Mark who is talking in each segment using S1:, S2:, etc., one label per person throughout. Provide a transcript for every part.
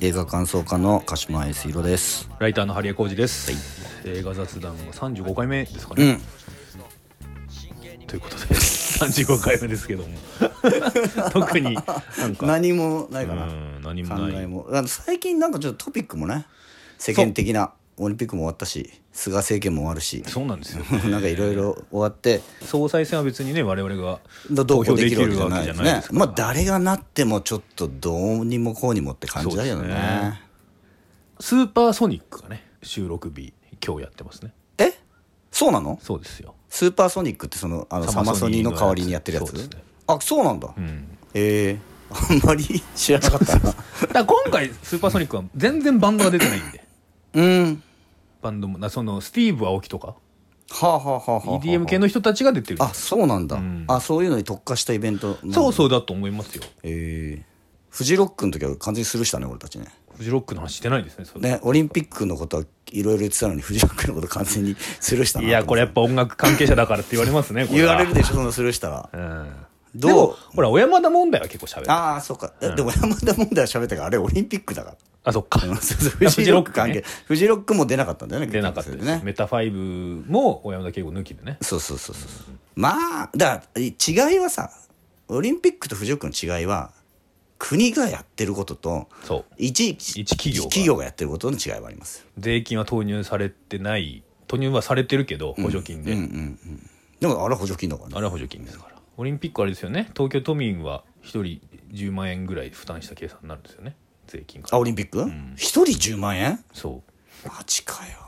S1: 映画感想家の鹿島愛水色です
S2: ライターのハリエコージです、映画雑談は35回目ですか
S1: う
S2: ね、
S1: ん
S2: ということで 35回目ですけども 特になんか
S1: 何もないかな
S2: うん何も
S1: 考
S2: ない
S1: えもあの最近なんかちょっとトピックもね世間的なオリンピックも終わったし菅政権も終わるし
S2: そうなんですよ
S1: なんかいろいろ終わって
S2: 総裁選は別にね我々が
S1: ど
S2: 投
S1: うこ
S2: 票
S1: う
S2: で
S1: で
S2: き
S1: き
S2: る
S1: る
S2: わ
S1: わ
S2: け
S1: けじ
S2: じゃ
S1: ゃ
S2: な
S1: ないい
S2: で
S1: ですす
S2: ね
S1: ねまあ誰がなってもちょっとどうにもこうにもって感じだけどね
S2: スーパーソニックがね収録日今日やってますね
S1: えそうなの
S2: そうですよ
S1: スーパーソニックってそのあの
S2: サ
S1: サ
S2: マ
S1: マ
S2: ソ
S1: ソ
S2: ニ
S1: ニ
S2: ー
S1: ー
S2: の
S1: の
S2: やつ
S1: 代わりにやってるやつ
S2: そうですね
S1: あそうなんだ、
S2: うん
S1: へえ あんまり知らなかったな
S2: だから今回スーパーソニックは全然バンドが出てないんで
S1: うん
S2: バンドもなそのスティーブ・アオキとか
S1: はあはあはあはあはあ
S2: EDM 系の人たちが出てる
S1: あそうなんだ、
S2: うん
S1: あそういうのに特化したイベント
S2: そう
S1: う
S2: そうだと思いますよ
S1: ええフジロックの時は完全にスルーしたね俺たちね
S2: フジロックの話してないですねそれ
S1: ねオリンピックのことはいろいろ言ってたのにフジロックのこと完全にスルーしたない
S2: やこれやっぱ音楽関係者だからって言われますねこ
S1: 言われるで
S2: し
S1: しょそのスルーしたら
S2: ょ、うん、
S1: どう
S2: でもほら小山田問題は結構喋るあ
S1: ああそうか、えでも山田問題は喋ったからあれオリンピックだから
S2: そっか
S1: そうそう フジロック関係、
S2: ね
S1: フジロックも出なかったんだよね
S2: 出なかった
S1: 結局そ
S2: です、
S1: れでね
S2: メタファイブも小山田敬吾抜きでね
S1: そうそうそうそうそうまあだからい違いはさオリンピックとフジロックの違いは国がやってることと
S2: そう
S1: 一
S2: 一企業が
S1: がやってることの違いはあります
S2: 税金は投入されてない投入はされてるけど補助金で、
S1: でもあれは補助金だからね
S2: あれは補助金ですからオリンピックあれですよね東京都民は1人10万円ぐらい負担した計算になるんですよね税金か
S1: あ
S2: ら
S1: オリンピック一、人10万円
S2: そ
S1: マジかよ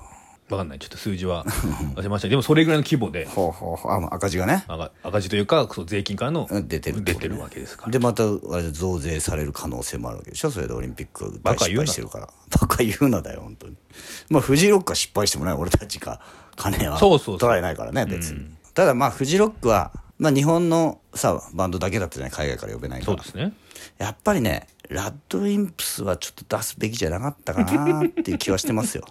S2: うわかんないちょっと数 字は忘れましたでもそれぐらいの規模で
S1: ほうほうほうあまあ赤字がね
S2: 赤赤字というかそう税金からの
S1: うん出てるって
S2: 出
S1: こと
S2: て
S1: ね
S2: るわけですから
S1: でまたあれ増税される可能性もあるわけでしょそれでオリンピックが
S2: バ
S1: 大
S2: カ
S1: 失
S2: 言うな
S1: 敗してるからバカ言うなだよ本当にまあフジロックは失敗してもない俺たちが金は
S2: そうそうそう
S1: 取られないからね別に、ただまあフジロックは、まあ、日本のさバンドだけだったじゃない海外から呼べないか
S2: そう
S1: ら
S2: ですね
S1: やっぱりねラッドウィンプスはちょっと出すべきじゃなかったかなっていう気はしてますよ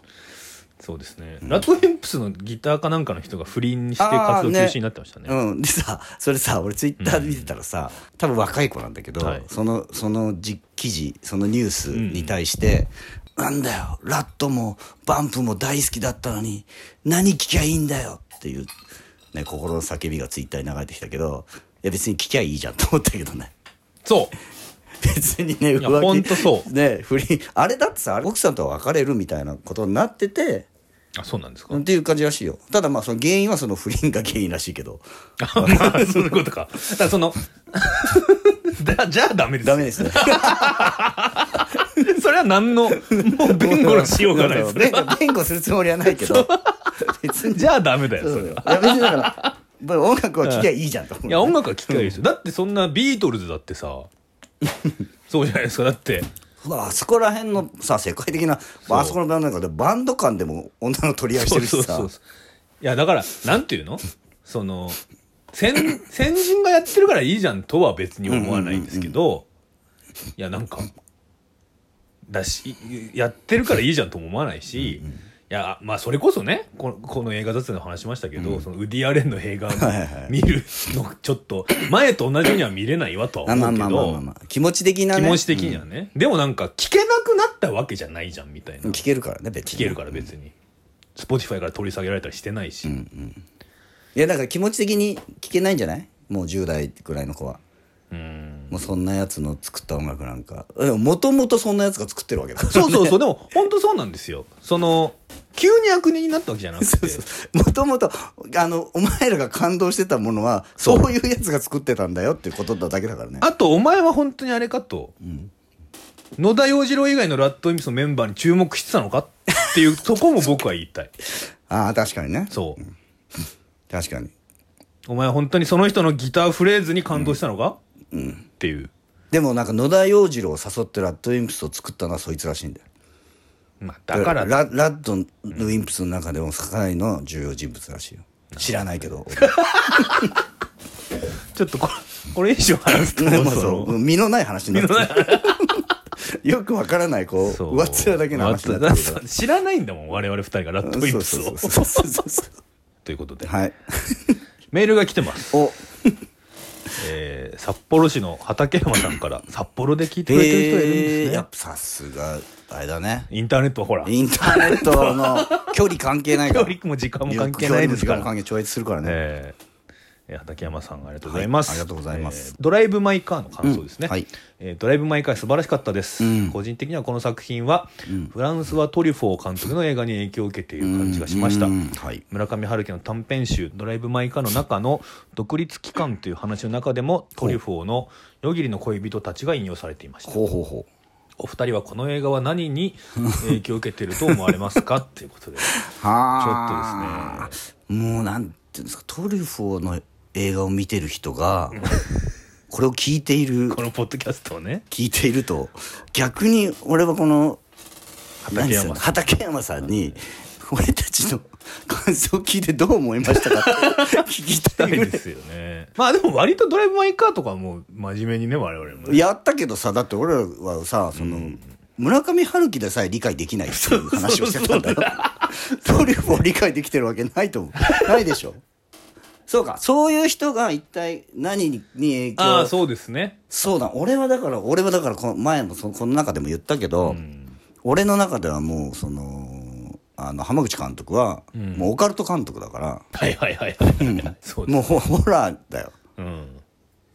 S2: そうですね、ラトウィンプスのギターかなんかの人が不倫して活動休止になってましたね
S1: うん、でさそれさ俺ツイッターで見てたらさ、多分若い子なんだけど、
S2: はい
S1: そのそのじ記事そのニュースに対して、なんだよラットもバンプも大好きだったのに何聞きゃいいんだよっていう、ね、心の叫びがツイッターに流れてきたけどいや別に聞きゃいいじゃんと思ったけどね
S2: そう
S1: 別にね浮
S2: い
S1: 気
S2: やほんとそう
S1: ね不倫あれだってさ奥さんとは別れるみたいなことになってて
S2: あそうなんですか、
S1: っていう感じらしいよただまあその原因はその不倫が原因らしいけど
S2: あ そういうことかだからその だじゃあダメです
S1: ダメですね
S2: それは何のもう弁護のしようがない です
S1: 弁
S2: ね
S1: 護弁護するつもりはないけど別に
S2: じゃあダメだよ
S1: そ
S2: そ
S1: だ
S2: うれ
S1: よ
S2: はい
S1: や別にだからやっぱり音楽は聴きゃいいじゃんと思う
S2: いや音楽は聞けばいいですよだってそんなビートルズだって さそうじゃないですかだって
S1: まああそこら辺のさ世界的な、まあ、あそこのバンドなんかでバンド間でも女の取り合いしてるしさ
S2: そうそうそうそういやだからなんていうのその先先人がやってるからいいじゃんとは別に思わないんですけど、いやなんかだしいやってるからいいじゃんとも思わないし、いやまあそれこそねこのこの映画雑談の話しましたけど、そのウディ・アレンの映画を
S1: はいはい
S2: 見るのちょっと前と同じには見れないわとは
S1: あま
S2: 思
S1: あ
S2: うけ
S1: まあまあまあ、
S2: ど
S1: まあ、気持ち的な
S2: 気
S1: ね
S2: 持ち的にはね、でもなんか聞けなくなったわけじゃないじゃんみたいな
S1: うん聞けるからね別に
S2: 聞けるから別に Spotify から取り下げられたりしてないし、
S1: いやだから気持ち的に聞けないんじゃないもう10代ぐらいの子は
S2: うん
S1: もうそんなやつの作った音楽なんかでももともとそんなやつが作ってるわけだから
S2: そうそう そううでも本当そうなんですよその急に悪人になったわけじゃなくて
S1: もともとあのお前らが感動してたものはそういうやつが作ってたんだよっていうことだだけだからね
S2: あとお前は本当にあれかと、野田洋次郎以外のラッドウィンプスのメンバーに注目してたのかっていうとこも僕は言いたい
S1: ああ確かにね
S2: そう、
S1: 確かに
S2: お前は本当にその人のギターフレーズに感動したのか、っていう
S1: でもなんか野田洋次郎を誘ってラッドウィンプスを作ったのはそいつらしいんだよ
S2: まあだから
S1: ララッドウィンプスの中でもかなりの重要人物らしいよ知らないけ ど
S2: ちょっとこれこれ以上話 すと
S1: もう
S2: そ
S1: そ
S2: の
S1: う身のない話になってるよくわからないこう
S2: そう
S1: 上っ面だけの話になってるから
S2: 知らないんだもん我々二人がラッドウィンプスを
S1: そうそうそうそうそう
S2: ということで
S1: はい
S2: メールが来てます、
S1: お
S2: えー札幌市の畠山さんから札幌で聞いてくれてる人がいるんです
S1: えー、
S2: ね、
S1: やっぱさすがあれだね
S2: インターネットはほら、
S1: インターネットの距離関係ないか
S2: 距
S1: ら
S2: 離も時間も関係ないですか
S1: 距離も時間も
S2: ら。
S1: 関係超越するからね、
S2: えーえー畠山さんありがとうございます、
S1: はいありがとうございます
S2: えードライブ・マイ・カーの感想ですね、
S1: うんはい
S2: えードライブ・マイ・カー素晴らしかったです、
S1: うん
S2: 個人的にはこの作品は、フランスはトリュフォー監督の映画に影響を受けている感じがしました、
S1: うんはい
S2: 村上春樹の短編集「ドライブ・マイ・カー」の中の独立機関という話の中でもトリュフォーの「夜霧の恋人たち」が引用されていました
S1: ほうほうほう
S2: お二人はこの映画は何に影響を受けていると思われますかっていうことで
S1: はあちょっとですねもうなんていうんですかトリュフォーの映画を見てる人がこれを聞いている
S2: このポッドキャストを ね
S1: 聞いていると逆に俺はこの
S2: 畠山さん
S1: 何ですか畠山さんに俺たちの感想を聞いてどう思いましたかって聞きた
S2: た
S1: い
S2: い
S1: ぐら
S2: で
S1: い
S2: すよね。まあでも割とドライブ・マイ・カーとかはもう真面目にね、我々もね。
S1: やったけどさだって俺らはさその、村上春樹でさえ理解できないっていう話をしてたんだよ トリュフを理解できてるわけないと思うないでしょそうかそういう人が一体何に影響
S2: ああ、そうですね。
S1: そうだ俺はだから俺はだからこの前もそのこの中でも言ったけど、俺の中ではもうそのあの浜口監督は、もうオカルト監督だから
S2: はいはいはいはい。そうです。
S1: もうホホラーだよ
S2: うん。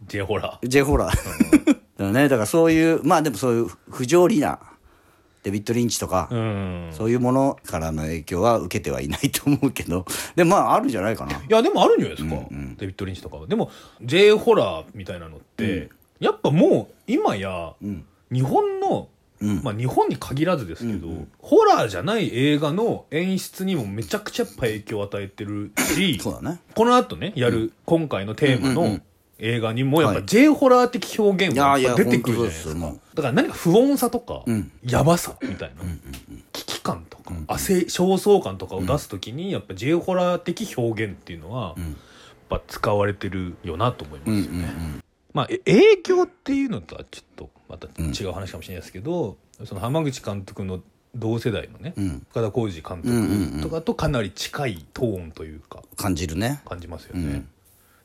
S2: で、ほら。
S1: J ホラー、だよねだからそういうまあでもそういう不条理なデビッド・リンチとか、
S2: うん。
S1: そういうものからの影響は受けてはいないと思うけどでもまああるんじゃないかない
S2: や、でもあるんじゃないですか。デビッド・リンチとかは。でも、J ホラーみたいなのって、やっぱもう今や、日本の、まあ日本に限らずですけど、ホラーじゃない映画の演出にもめちゃくちゃやっぱ影響を与えてるし、
S1: そうだね
S2: この後ね、やる今回のテーマの映画にも、やっ
S1: は
S2: ぱ
S1: い
S2: J ホラー的表現がやっぱ出てくるじゃないです
S1: いやいや
S2: か。
S1: 本当そうですよも
S2: だから何か不穏さとか、
S1: ん
S2: やばさみたいな、危機感とか、焦り焦燥感とかを出すときに、やっぱ J ホラー的表現っていうのは、やっぱ使われてるよなと思いますよね。まあ、え影響っていうのとはちょっとまた違う話かもしれないですけど、その浜口監督の同世代のね、
S1: ん
S2: 深田浩二監督とかとかなり近いトーンというか、
S1: 感じるね
S2: 感じますよね、だか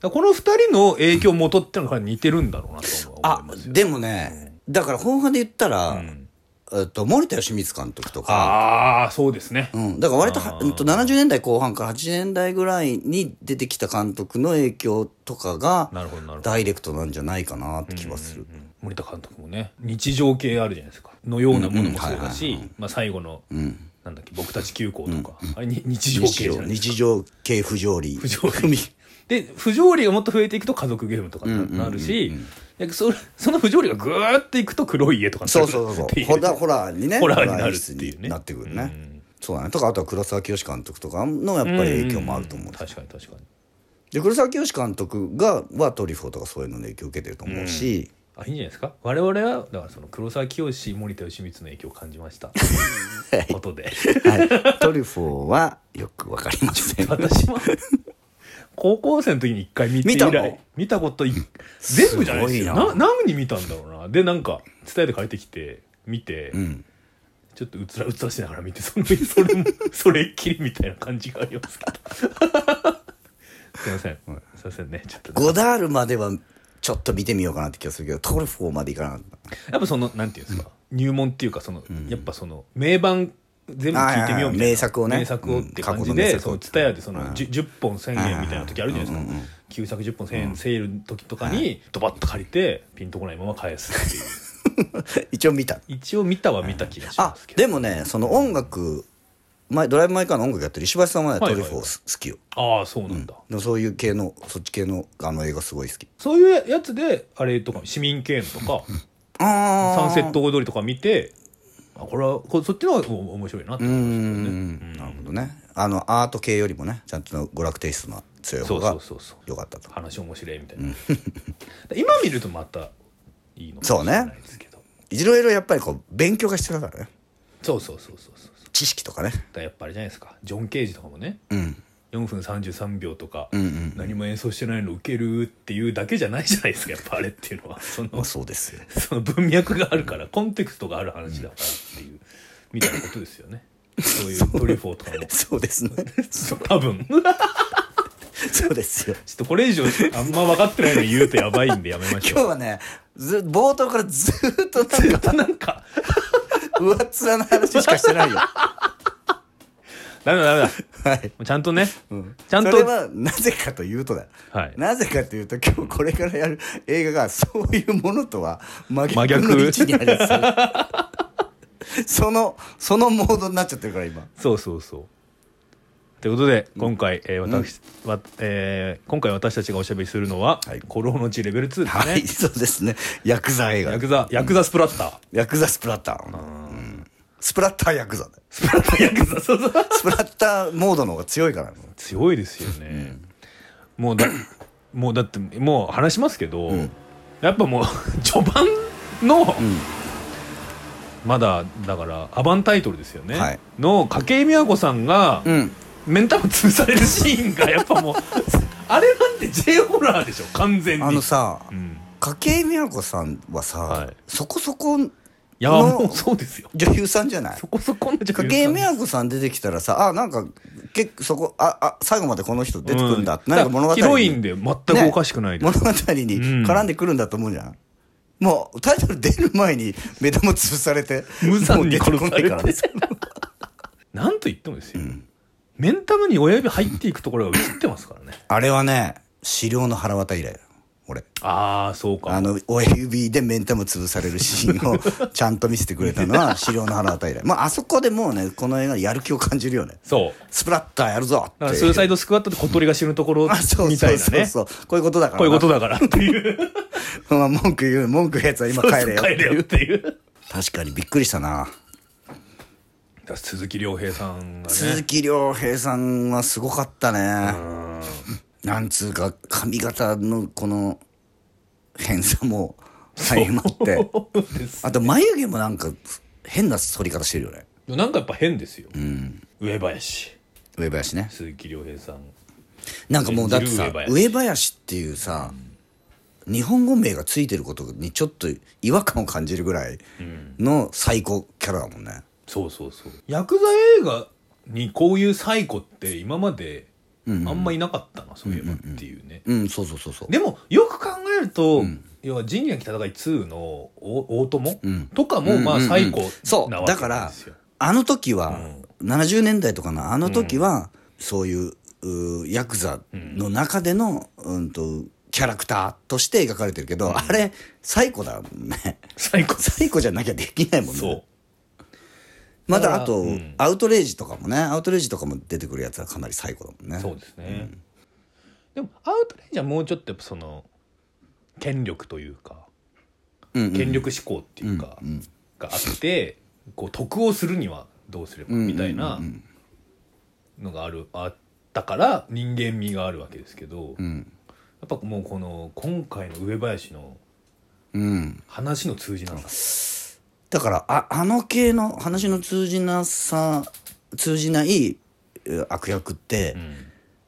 S2: らこの二人の影響元ってのが似てるんだろうなとは
S1: あ
S2: 思いますよ
S1: でもねだから本派で言ったら、
S2: ん
S1: えっと森田芳光監督とか
S2: ああそうですね、
S1: うん、だから割とは、うん、と70年代後半から80年代ぐらいに出てきた監督の影響とかが
S2: なるほどなるほど
S1: ダイレクトなんじゃないかなって気はする、
S2: うん森田監督もね日常系あるじゃないですかのようなものもそう
S1: うん
S2: だ
S1: うんはいはい
S2: しまあ最後の、なんだっけ僕たち急行とか、あれに日常系
S1: 日
S2: じゃ
S1: 常
S2: ないですか
S1: 日常系不条理
S2: 不条理で不条理がもっと増えていくと家族ゲームとかになるし、でそれその不条理がぐーっていくと黒い家とかにな
S1: そ
S2: る
S1: うそう そう
S2: っ
S1: そ
S2: て
S1: う
S2: い
S1: ホラーホラーにね
S2: ホラーになるっていう
S1: ホラー
S2: ね
S1: 演出になってくるね、そうだねとかあとは黒沢清監督とかのやっぱり影響もあると思う、
S2: 確かに確かに
S1: で黒沢清監督がはトリフォーとかそういうのの影響を受けてると思うし、
S2: あいいんじゃないですか我々はだからその黒沢清森田芳光の影響を感じました ことで
S1: はい、トリフォーはよくわかりませ ん
S2: 私も 高校生の時に一回見て以
S1: 見たの
S2: 来見たことい全部じゃないですよ
S1: すごい
S2: な
S1: な
S2: 何に見たんだろうなでなんか伝えて帰ってきて見て、
S1: うん
S2: ちょっとうつらうつらしながら見てそのそれも それっきりみたいな感じがありますけど すいません、すいませんねちょっと
S1: ゴダールまではちょっと見てみようかなって気がするけどトルフォーまでいかなかった
S2: やっぱそのなんていうんですか、入門っていうかその、やっぱその名盤全部聞いてみようみた
S1: あ
S2: いな
S1: ー名作をね
S2: 名作をって感じ
S1: うん過去の名
S2: で
S1: 作を
S2: その蔦屋でその
S1: うん
S2: じゅ 10, 本1000円みたいな時あるじゃないですか、旧作10本1000円セールの時とかにドバッと借りてピンとこないまま返すっていう
S1: 一応見た
S2: 一応見たは見た気がしま
S1: あ
S2: すけど
S1: でもねその音楽前ドライブ・マイ・カーの音楽やってる石橋さんはね
S2: は
S1: ト
S2: いはい
S1: リ
S2: はい
S1: フォーす好きよ、
S2: ああそうなんだ、
S1: でもそういう系のそっち系のあの映画すごい好き
S2: そういうやつであれとか市民権とか
S1: ああ
S2: サンセット踊りとか見てあこれはこそっちの方がお面白いなって
S1: うーんなるほどねあのアート系よりもねちゃんと娯楽テイストの強い
S2: そ
S1: 方
S2: うそ
S1: が
S2: うそうそう
S1: 良かったと
S2: 話面白いみたいな今見るとまたいいのかもしれないですけど
S1: いろいろやっぱりこう勉強が必要だからね
S2: そうそうそうそうそうだか
S1: 知識とかね
S2: らやっぱあれじゃないですかジョン・ケージとかもね、
S1: ん
S2: 4分33秒とか、何も演奏してないのウケるっていうだけじゃないじゃないですかやっぱあれっていうのはそ
S1: ま
S2: の
S1: あそうですよ
S2: その文脈があるからコンテクストがある話だからっていう、みたいなことですよねそういうトリフォーとかも
S1: そうですね
S2: 多分ちょっ
S1: そうですよ
S2: とこれ以上あんま分かってないの言うとやばいんでやめまし
S1: 今日
S2: ょう
S1: はねず冒頭からずーっとなんか
S2: なんか
S1: 上っ面な話しかして ないよ。
S2: ダメだダメだ。も
S1: はい。
S2: うちゃんとね、
S1: うん
S2: ちゃんと
S1: それはなぜかというとだよ、
S2: はい
S1: なぜかというと今日これからやる映画がそういうものとは真
S2: 真
S1: 逆
S2: 逆
S1: の位置にあるんですよそのそのモードになっちゃってるから今
S2: そうそうそう。ということで、今回、えー私、わえー今回私たちがおしゃべりするのは、
S1: はい
S2: コロの血レベル2ですね。
S1: はい、そうですねヤクザ映画
S2: ヤクザ、ヤクザスプラッター。
S1: ヤクザスプラッター、うんスプラッタ ーヤクザだよ
S2: スプラッターヤクザ、そうそう。
S1: スプラッターモードの方が強いからね
S2: 強いですよね。もうだ、もうだって、もう話しますけど、やっぱもう、 序盤の、まだ、だから、アバンタイトルですよね。
S1: はい
S2: の、筧美和子さんが、
S1: うん
S2: 目ん玉潰されるシーンが、やっぱもう、 あれなんて J ホラーでしょ、完全に。
S1: あのさ
S2: うん。
S1: 筧美和子さんはさ、
S2: はい
S1: そこそこの
S2: いや、もうそうですよ。
S1: 女優さんじゃない
S2: そこそこの
S1: かけみやこさん出てきたらさあなんか結構そこああ最後までこの人出てくるんだって、なんか物語に
S2: ヒロインで全くおかしくないです。
S1: ね物語に絡んでくるんだと思うじゃん、もうタイトル出る前に目玉潰されて
S2: 無残
S1: も
S2: に
S1: う出
S2: 殺
S1: てこ
S2: さ
S1: ない
S2: れ
S1: から
S2: て
S1: ね
S2: なんと言ってもですよ。目ん玉に親指入っていくところが映ってますからね。
S1: あれはね資料の腹渡以来だよ俺
S2: ああ、そう
S1: あ
S2: か。
S1: の親指で目ん玉潰されるシーンを ちゃんと見せてくれたのは資料の腹渡以来まああそこでもうねこの映画やる気を感じるよね
S2: そう。
S1: スプラッターやるぞ
S2: だ
S1: って
S2: からスーサイドスクワットで小鳥が死ぬところみ
S1: あそう
S2: た
S1: そう
S2: いな
S1: そう
S2: ね。
S1: そうこういうことだから
S2: こういうことだからって いう。
S1: まあ、文句言う、文句言うやつは今帰 れよ。
S2: 帰れよっていう。だか
S1: 確かにびっくりしたな。
S2: ら鈴木亮平さんが
S1: 鈴
S2: ね。
S1: 木亮平さんはすごかったね。なんつうか、髪型のこの、変さも相まって。
S2: そう です
S1: あと眉毛もなんか、変な剃り方してるよね。
S2: なんかやっぱ変ですよ。上林、
S1: 上林ね。
S2: 鈴木亮平さん。
S1: なんかもうだってさ
S2: 演じる上、林
S1: 上林っていうさ、日本語名がついてることにちょっと違和感を感じるぐらいの最高キャラだもんね。
S2: そうそうそう。ヤクザ映画にこういうサイコって今まであんまいなかったな、そういえばっていうね。
S1: うん、そうそうそうそう。
S2: でもよく考えると、要は「仁義なき戦い2」のお大友、とかもまあ最高
S1: そう
S2: なわけ
S1: だから
S2: ですよ
S1: あの時は、70年代とかのあの時は、そういううーヤクザの中での、うん、とキャラクターとして描かれてるけど、あれ最古だもんね
S2: 最高
S1: 最古じゃなきゃできないもん
S2: そう
S1: ねま
S2: だ
S1: た
S2: から
S1: あと、
S2: うん
S1: アウトレイジとかもねアウトレイジとかも出てくるやつはかなり最古だもんね
S2: そうですね、でもアウトレイジはもうちょっとやっぱその権力というか、
S1: うんうん
S2: 権力志向っていうか、があってこう得をするにはどうすればみたいなのがあるあったから人間味があるわけですけど、や
S1: ん
S2: っぱもうこの今回の上林の
S1: うん
S2: 話の通じなんだ
S1: だからああの系の話の通じなさ通じないえー悪役って、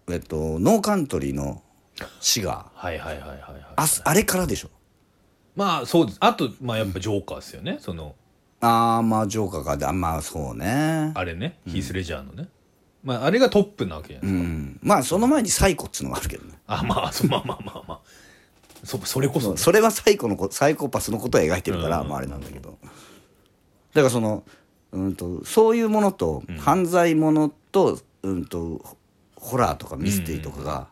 S1: えっと、ノーカントリーのシガー
S2: はいはいはいはいはい
S1: ああれからでしょ
S2: まあそうですあとまあやっぱジョーカーですよねその
S1: ああまあジョーカーがであまあそうね
S2: あれね、ヒース・レジャーのねまああれがトップなわけじゃないですか、
S1: うんまあその前にサイコっつうのがあるけどね
S2: あまあそうまあまあまあまあそそれこそ
S1: それはサイコのこサイコパスのことを描いてるから、
S2: うん
S1: まああれなんだけどだからそのうんとそういうものと、犯罪ものとうんとホホラーとかミステリーとかが、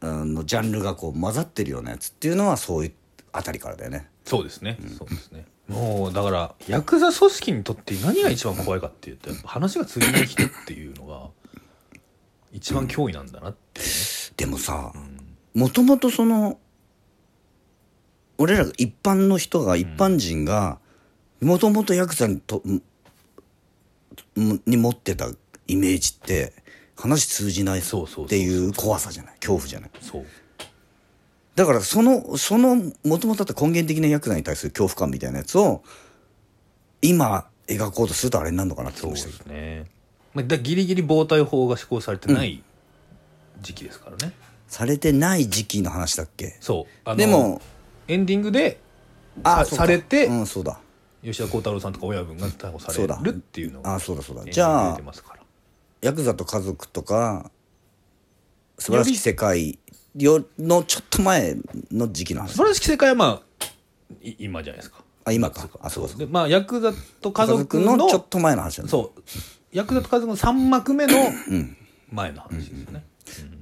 S1: うん、のジャンルがこう混ざってるようなやつっていうのはそういうあたりからだよね
S2: そうですね、そうですねもうだからヤクザ組織にとって何が一番怖いかっていうとやっぱ話が通じない人っていうのが一番脅威なんだなって、
S1: でもさもともとその俺らが一般の人が一般人がもともとヤクザにとんんに持ってたイメージって話通じない
S2: そうそうそう
S1: っていう怖さじゃない恐怖じゃない
S2: そう
S1: だからそのそのもともとあった根源的なヤクザに対する恐怖感みたいなやつを今描こうとするとあれになるのかなって
S2: そう
S1: 思
S2: で
S1: いました
S2: すね、まあ、だギリギリ防体法が施行されてない時期ですからね、
S1: されてない時期の話だっけ
S2: そうあの
S1: でも
S2: エンディングで
S1: あ
S2: さ
S1: そうか
S2: されて、
S1: うんそうだ
S2: 吉田鋼太郎さんとか親分が逮捕さ
S1: そうだ
S2: れるっていうの
S1: あ
S2: が
S1: そうだそうだ
S2: 演
S1: じゃ
S2: 出
S1: あ
S2: てますから
S1: ヤクザと家族とか素晴らしき世界よのちょっと前の時期の話
S2: 素晴らしき世界はまあい今じゃないですか
S1: あ今かあそう
S2: そ
S1: か
S2: う
S1: そう
S2: でまあヤクザと家
S1: 家
S2: 族
S1: 族
S2: の
S1: のちょっと前の話なんだ
S2: そうヤクザと家族の3幕目の前の話ですよね、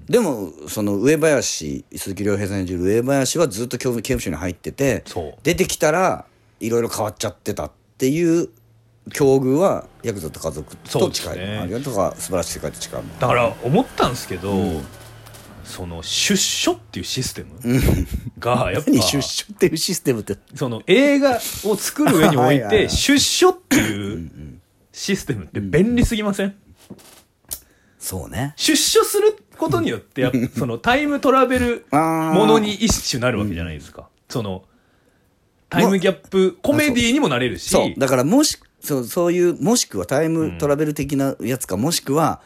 S1: でもその上林鈴木亮平さん演じる上林はずっと刑務刑務所に入ってて
S2: そう
S1: 出てきたらいろいろ変わっちゃってたっていう境遇はヤクザと家族と近い
S2: そうですね
S1: ありがとうか素晴らしい世界と近いもん
S2: だから思ったんですけど、その出所っていうシステムがやっぱ
S1: 何出所っていうシステムって
S2: その映画を作る上にお
S1: はい
S2: い
S1: はいは
S2: て
S1: い
S2: 出所っていうシステムって便利すぎません、
S1: そうね
S2: 出所することによってやっぱそのタイムトラベルものに一種なるわけじゃないですか、そのタイムギャップコメディーにもなれるし
S1: そうだからもしそうそういうもしくはタイムトラベル的なやつか、もしくは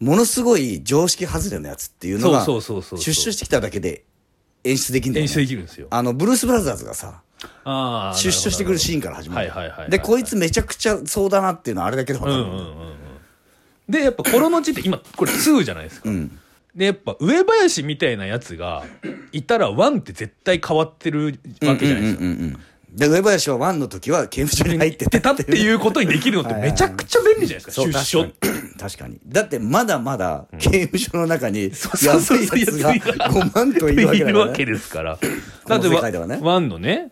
S1: ものすごい常識外れのやつっていうのが
S2: そうそうそうそうそ
S1: 出
S2: う
S1: 所してきただけで演出できるんだよ
S2: 演
S1: ね
S2: 出できるんですよ
S1: あのブルース・ブラザーズがさ
S2: あー
S1: 出所してくるシーンから始まる、
S2: はいはいはいはい
S1: でこいつめちゃくちゃそうだなっていうのはあれだけで分か
S2: う
S1: る、
S2: んうんうんうんでやっぱこの後って今これ2じゃないですか、
S1: ん
S2: でやっぱ上林みたいなやつがいたら1って絶対変わってるわけじゃないですか、
S1: うんうんで上林はワンの時は刑務所に入って
S2: って
S1: た
S2: たっていうことにできるのってめちゃくちゃ便利じゃないですか
S1: そう
S2: 出所って
S1: 確 かに確かにだってまだまだ刑務所の中にや
S2: そうそうそう
S1: ばいやつが5万といるわ
S2: い
S1: けだか
S2: る
S1: ら
S2: わ
S1: ね
S2: けですから。 だ
S1: の
S2: って
S1: 世界ではね
S2: ワンのね、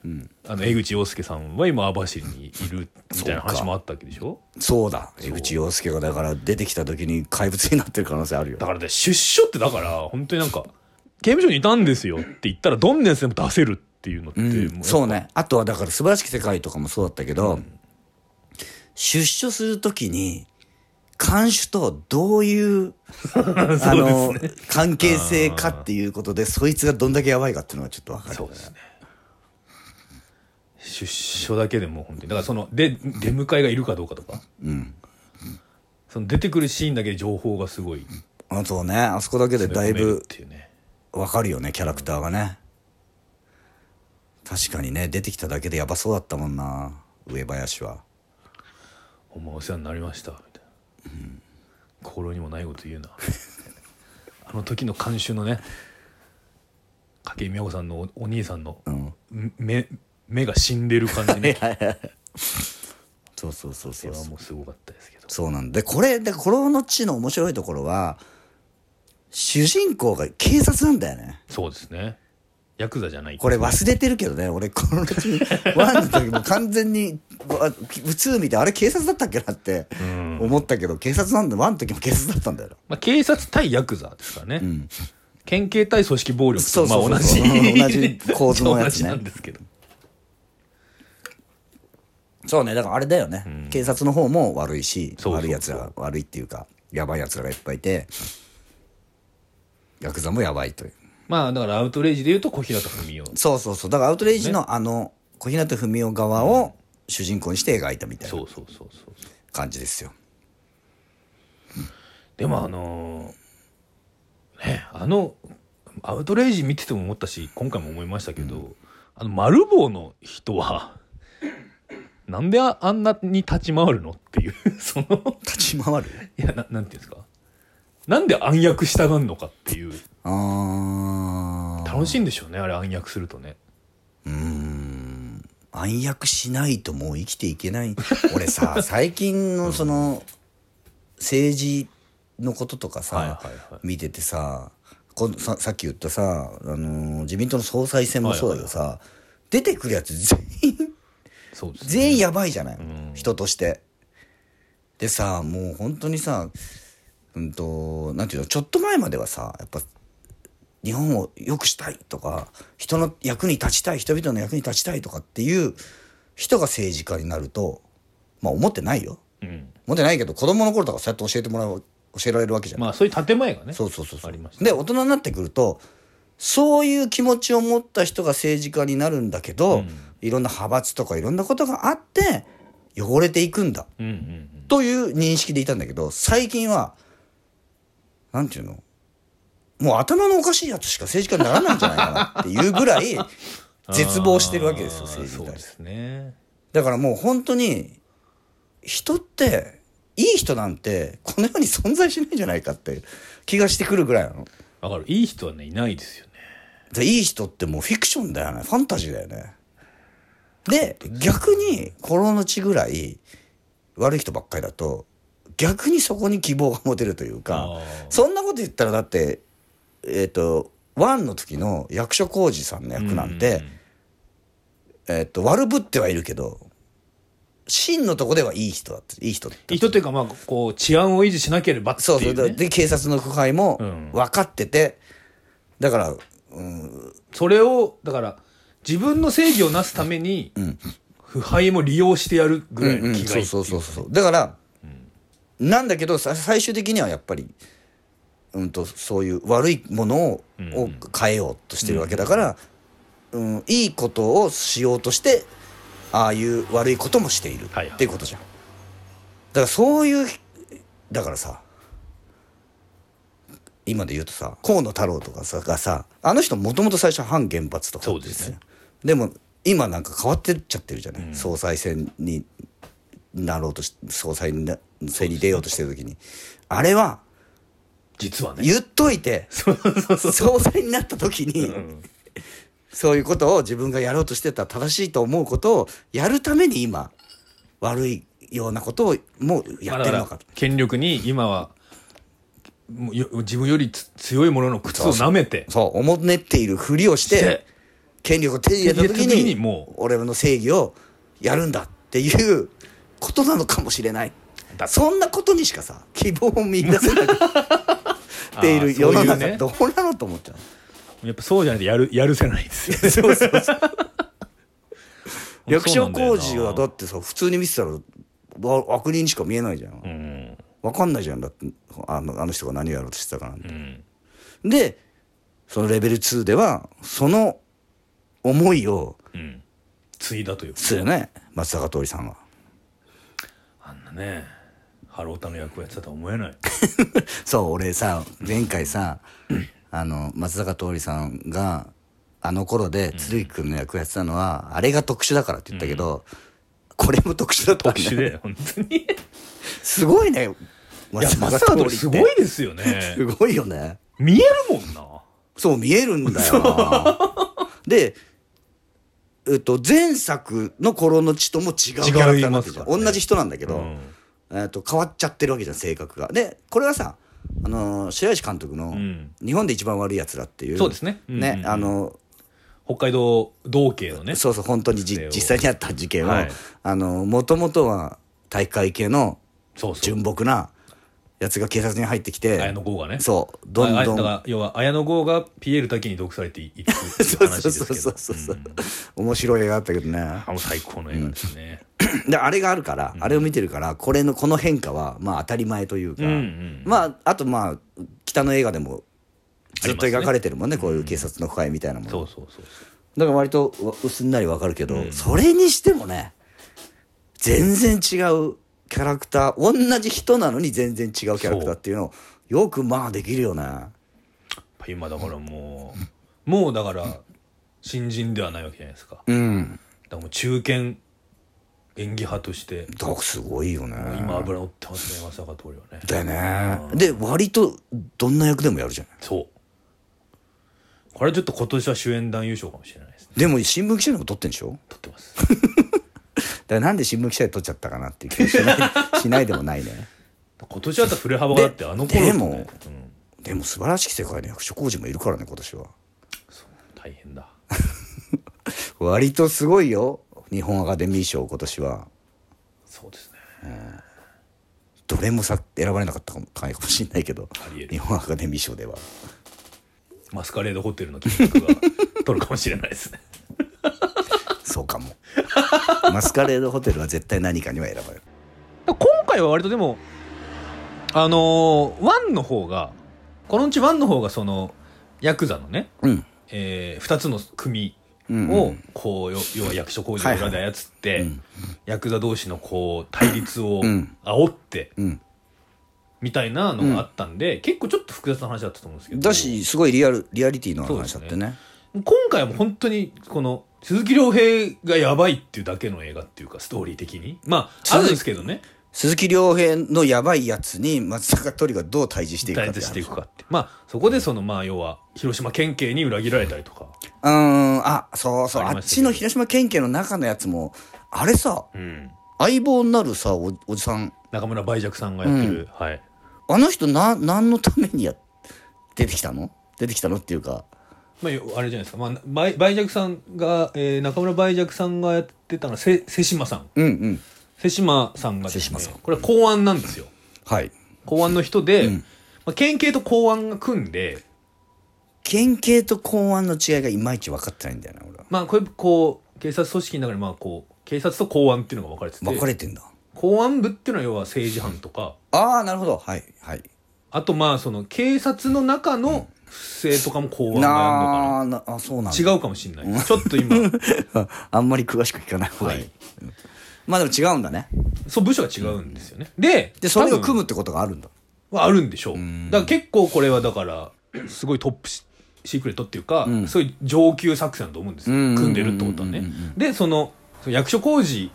S2: あの江口洋介さんは今網走にいるみたいな
S1: そう
S2: 話
S1: か
S2: もあったわけでしょ。
S1: そうだ江口洋介がだから出てきた時に怪物になってる可能性あるよ
S2: だからね出所ってだから本当になんか刑務所にいたんですよって言ったらどんなやつでも出せるっていうのって、もう
S1: そうねあとはだから「素晴らしき世界」とかもそうだったけど、出所する時に看守とどういう あの関係性かっていうことでそいつがどんだけやばいかっていうのがちょっと分かる
S2: そうですね。出所だけでもう本当にだからそので出迎えがいるかどうかとか、その出てくるシーンだけで情報がすごい
S1: あとねあそこだけでだい
S2: 詰め込める
S1: ぶ
S2: っていうね。
S1: 分かるよねキャラクターがね確かにね出てきただけでやばそうだったもんな上林は
S2: ほんまお世話になりました」みたいな、心にもないこと言う なあの時の監修のね筧美和子さんのおお兄さんの、目目が死んでる感じね
S1: そうそうそうそ
S2: そうれ
S1: そう
S2: はもうすごかったですけど
S1: そうなんだでこれでこの後の面白いところは主人公が警察なんだよね
S2: そうですねヤクザじゃない
S1: これ忘れてるけどね俺この時ワンの時も完全にわ普通見てあれ警察だったっけなって思ったけど警察なんだワンの時も警察だったんだよ
S2: まあ、警察対ヤクザですからね、県警対組織暴力
S1: そ
S2: と
S1: うそうそう
S2: まあ同じ
S1: 同じ構図のやつね
S2: 同じなんですけど
S1: そうねだからあれだよね、警察の方も悪いし
S2: そうそうそう
S1: 悪いやつら悪いっていうかやばいやつらがいっぱいいてヤクザもやばいという
S2: まあだからアウトレイジで言うと小平と文雄
S1: そうそうそうだからアウトレイジのあの小日向文雄側を主人公にして描いたみたい
S2: そ
S1: な
S2: うそうそうそう
S1: 感じですよ
S2: でもあのーねあのアウトレイジ見てても思ったし今回も思いましたけど、あの丸棒の人はなんでああんなに立ち回るのっていう その
S1: 立ち回る
S2: いやななんていうんですかなんで暗躍したがんのかっていう
S1: あー
S2: 楽しいんでしょうねあれ暗躍するとね
S1: うーん暗躍しないともう生きていけない俺さ 最近のその政治のこととかさ、
S2: はいはいはい
S1: 見ててさこんささっき言ったさ、あのー自民党の総裁選もそうだけどさ、出てくるやつ全員
S2: そうですね
S1: 全員やばいじゃない、
S2: ん
S1: 人としてでさもう本当にさうんとなんていうのちょっと前まではさやっぱ日本を良くしたいとか人の役に立ちたい人々の役に立ちたいとかっていう人が政治家になるとまあ思ってないよ
S2: うん、
S1: 思ってないけど子供の頃とかそうやって教えてもらう教えられるわけじゃん、
S2: まあそういう建前がね
S1: そうそうそうそ
S2: あ
S1: う
S2: りましたね
S1: で大人になってくるとそういう気持ちを持った人が政治家になるんだけど、
S2: うん
S1: いろんな派閥とかいろんなことがあって汚れていくんだ
S2: うんうんうん
S1: という認識でいたんだけど最近はなんていうのもう頭のおかしいやつしか政治家にならないんじゃないかなっていうぐら い絶望してるわけですよ
S2: あー
S1: 政治に
S2: そう
S1: 対
S2: で
S1: して
S2: すね
S1: だからもう本当に人っていい人なんてこの世に存在しないんじゃないかっていう気がしてくるぐらいなの。
S2: だからいい人はねいないですよね
S1: でいい人ってもうフィクションだよねファンタジーだよねで逆に心のちぐらい悪い人ばっかりだと逆にそこに希望が持てるという
S2: あ
S1: か
S2: ー
S1: そんなこと言ったらだってえっ、とワンの時の役所広司さんの役なんて、えっと悪ぶってはいるけど真のとこではいい人だっていい人だって
S2: 人というかまあこう治安を維持しなければって
S1: そうそ
S2: いうう、ね、
S1: で警察の腐敗も
S2: うん
S1: 分かってて、だから
S2: それをだから自分の正義をなすために腐敗も利用してやるぐらい
S1: うんうん
S2: の気
S1: そ
S2: 概
S1: うそうそうそうだから、なんだけどさ最終的にはやっぱり、うん、とそういう悪いものを,、を変えようとしてるわけだから、うんいいことをしようとしてああいう悪いこともしている
S2: はいはい
S1: っていうことじゃん、だからそういうだからさ今で言うとさ河野太郎とかさがさあの人もともと最初は反原発とか
S2: そうですね
S1: でも今なんか変わってっちゃってるじゃない、総裁選になろうとし総裁にな選に出ようとしてる時に、あれは
S2: 実はね
S1: 言っといて総裁になった時に、そういうことを自分がやろうとしてた正しいと思うことをやるために今悪いようなことをもうやってるの
S2: まあだ
S1: か
S2: ら権力に今はもうよ自分よりつ強いものの靴を舐めて
S1: そう思ねっているふりをし
S2: して
S1: て権力を手に入れた時
S2: 手に入れた時に
S1: に
S2: もう
S1: 俺の正義をやるんだっていうことなのかもしれない
S2: だ
S1: そんなことにしかさ希望を見出 せなくってい
S2: あー
S1: る世の
S2: そういう
S1: 中
S2: ね
S1: どうなのと思っちゃう
S2: やっぱそうじゃないとやるやるせないですよ ね
S1: そう そうそう役
S2: そ
S1: 所
S2: うなんだよな
S1: 工事はだってさ普通に見てたらわ悪人しか見えないじゃん、
S2: うん
S1: わかんないじゃんだってあのあの人が何をやろうとしてたかなんて
S2: うん
S1: でそのレベル2ではその思いを
S2: うん継いだというか
S1: するね松坂桃李さんは
S2: あんなねハロータの役をやってたとは思えない
S1: そう俺さ前回さあの松坂桃李さんがあの頃で鶴井君の役をやってたのは、あれが特殊だからって言ったけど、これも特殊だったん
S2: 特
S1: だよ
S2: 殊で本当にい
S1: すごいね
S2: や
S1: 松
S2: ま
S1: 坂
S2: さ
S1: 桃李っ
S2: か
S1: て
S2: すごいですよね
S1: すごいよね
S2: 見えるもんな
S1: そう見えるんだよ なで、えっと、前作の「コロの地」とも違うキャラクターになってるじゃん
S2: 違いますからね
S1: 同じ人なんだけど、
S2: うん
S1: えっと、変わっちゃってるわけじゃん性格がでこれはさ、あのー白石監督の
S2: ん
S1: 「日本で一番悪いやつら」っていう、
S2: そうですねうんうんうん
S1: あの
S2: 北海道道警のね
S1: そうそう本当にじ
S2: それを
S1: 実際にあった事件を、
S2: はい
S1: あのもともとは体育会系の
S2: そうそう
S1: 純朴なやつが警察に入ってき
S2: 綾
S1: て
S2: 野剛がね
S1: そうどん
S2: ああ
S1: ど
S2: だか
S1: ん
S2: ら要は綾野剛がピエール滝に毒されていいく
S1: そう
S2: 話
S1: そう
S2: です
S1: そう
S2: けど
S1: そうそう、面白い映画だったけどね
S2: あもう最高の映画ですね、
S1: であれがあるから、あれを見てるからこれのこの変化はまあ当たり前というか、
S2: うんうん
S1: まああとまあ北の映画でもずっと描かれてるもんねこういう警察の会みたいなもの、
S2: そうそうそう
S1: だから割とわすんなりわかるけど、それにしてもね全然違うキャラクター同じ人なのに全然違うキャラクターっていうのをよくまあできるよね
S2: やっぱ今だからもうもうだから新人ではないわけじゃないですかだか
S1: うん
S2: らもう中堅演技派として
S1: だからすごいよね
S2: 今油乗ってますね松坂桃李はね
S1: だよねで割とどんな役でもやるじゃない
S2: そうこれちょっと今年は主演男優賞かもしれないですね
S1: でも新聞記者でも撮ってんでしょ
S2: 撮ってます
S1: だからなんで新聞記者で撮っちゃったかなっていう気がしない しないでもないね
S2: 今年はだ振れ幅がだって
S1: で
S2: あの頃とね
S1: でも
S2: うん、
S1: でも素晴らしき世界の役所工事もいるからね今年は
S2: 大変だ
S1: 割とすごいよ日本アカデミー賞今年は
S2: そうですね
S1: どれもさ選ばれなかったかもかもしれないけど
S2: ありえる
S1: 日本アカデミー賞では
S2: マスカレードホテルの金額が取るかもしれないですね
S1: そうかもマスカレードホテルは絶対何かには選ばれる
S2: 今回は割とでもあのーワンの方がこのうちワンの方がそのヤクザのね、
S1: うん
S2: えー、2つの組
S1: うんう
S2: を
S1: ん
S2: こうよ要は役所工事の裏で操って、
S1: うん
S2: ヤクザ同士のこう対立を
S1: うん
S2: 煽って
S1: うん
S2: みたいなのがあったんで、結構ちょっと複雑な話だったと思うんですけど
S1: だしすごいリアルリアリティの話だって
S2: そう
S1: ね
S2: 今回はもう本当にこの鈴木亮平がやばいっていうだけの映画っていうかストーリー的にまああるんですけどね
S1: 鈴木亮平のやばいやつに松坂鳥がどう対峙していくか
S2: 対
S1: って
S2: 峙
S1: 話
S2: していくかってまあそこでそのまあ要は広島県警に裏切られたりとか
S1: うーんあそうそうあ
S2: ありま
S1: っ
S2: した
S1: ち
S2: けど
S1: の広島県警の中のやつもあれさ
S2: うん
S1: 相棒になるさおおじさん
S2: 中村梅若さんがやってる、はい
S1: あの人な何のためにや出てきたの出てきたのっていうか
S2: まあよあれじゃないですか、まあ、梅梅若さんが、えー中村梅若さんがやってたのはせ瀬島さん
S1: うんうん
S2: 瀬島さんがです
S1: 瀬島
S2: ね
S1: さん
S2: これは公安なんですよ
S1: はい
S2: 公安の人で、まあ、県警と公安が組んで
S1: 県警と公安の違いがいまいち分かってないんだよな俺は
S2: まあこれこう警察組織の中でまあこう警察と公安っていうのが分かれてて
S1: 分かれてんだ
S2: 公安部っていうのは要は政治犯とか
S1: ああなるほどはいはい
S2: あとまあその警察の中の不正とかも公安がやるのかな
S1: なあなあそうなんだ
S2: 違うかもしれないちょっと今
S1: あんまり詳しく聞かない方がいい、
S2: はい
S1: まあでも違うんだね
S2: そう部署が違うんですよねで
S1: でそれ
S2: 多
S1: を
S2: 分
S1: 組むってことがあるんだ
S2: はあるんでしょうだから結構これはだからすごいトップシシークレットっていうか、そういう上級作戦だと思うんですよ
S1: うん
S2: 組んでるってことはねでそのその役所工事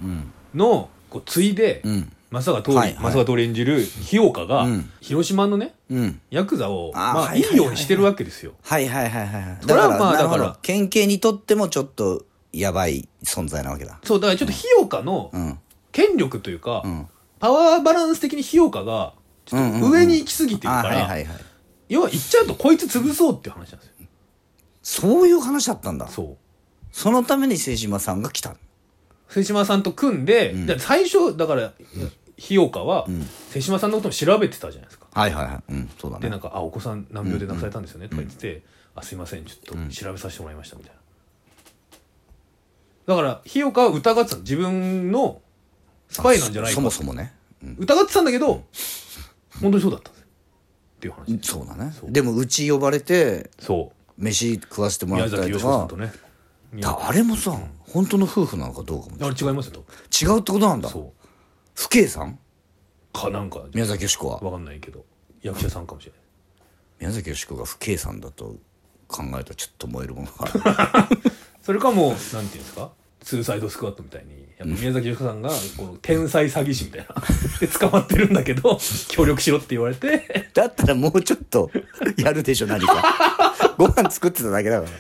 S2: のこう継いで、
S1: ん
S2: 松坂桃
S1: はいは
S2: 李
S1: い
S2: 松坂桃李演じる日岡が、
S1: うん
S2: 広島のね
S1: うん
S2: ヤクザを
S1: あー
S2: ま
S1: は
S2: あ、
S1: い
S2: い
S1: はいはい
S2: いようにしてるわけですよ
S1: はいはいはいはいはい
S2: それはまあ
S1: なるほ
S2: だ
S1: ど
S2: から
S1: 県警にとってもちょっとやばい存在なわけだ
S2: そうだからちょっと日岡の
S1: うん
S2: 権力というか、
S1: ん
S2: パワーバランス的に日岡がちょっと上に行き過ぎてる
S1: あ
S2: か
S1: ーはいは
S2: ら
S1: いはい
S2: 要は行っちゃうとこいつ潰そうっていう話なんですよ
S1: そういう話だったんだそ
S2: そう
S1: のために瀬島さんが来た
S2: 瀬島さんと組んで、だから最初だから日岡は瀬島さんのことも調べてたじゃないですか、
S1: はいはいはいうんそうだ
S2: でな
S1: ね
S2: んか「あお子さん難病で亡くされたんですよね」とか言ってて「あすいませんちょっと調べさせてもらいました」みたいな、だから日岡は疑ってたの自分のスパイなんじゃない
S1: そ
S2: か
S1: もそもね
S2: 疑ってたんだけど本当にそうだったんですよっていう話、
S1: そうだねでもうち呼ばれて
S2: そ
S1: 飯食わせて
S2: う
S1: もら
S2: 宮
S1: った
S2: 崎
S1: り
S2: 美
S1: と
S2: 子さん
S1: か
S2: とね宮
S1: だあれもさ本当の夫婦なのかどうかも
S2: あれ違いますよと
S1: 違うってことなんだ
S2: そ
S1: 不敬さん
S2: うかなんか
S1: 宮崎美子は
S2: わかんないけど役者さんかもしれない
S1: 宮崎美子が不敬さんだと考えたらちょっと燃えるものがある
S2: それかもう、なんていうんですか、ツーサイドスクワットみたいに、やっぱ宮崎美子さんが、こう、天才詐欺師みたいな、で捕まってるんだけど、協力しろって言われて、
S1: だったらもうちょっ とやるでしょ何かご飯作ってただけだから
S2: い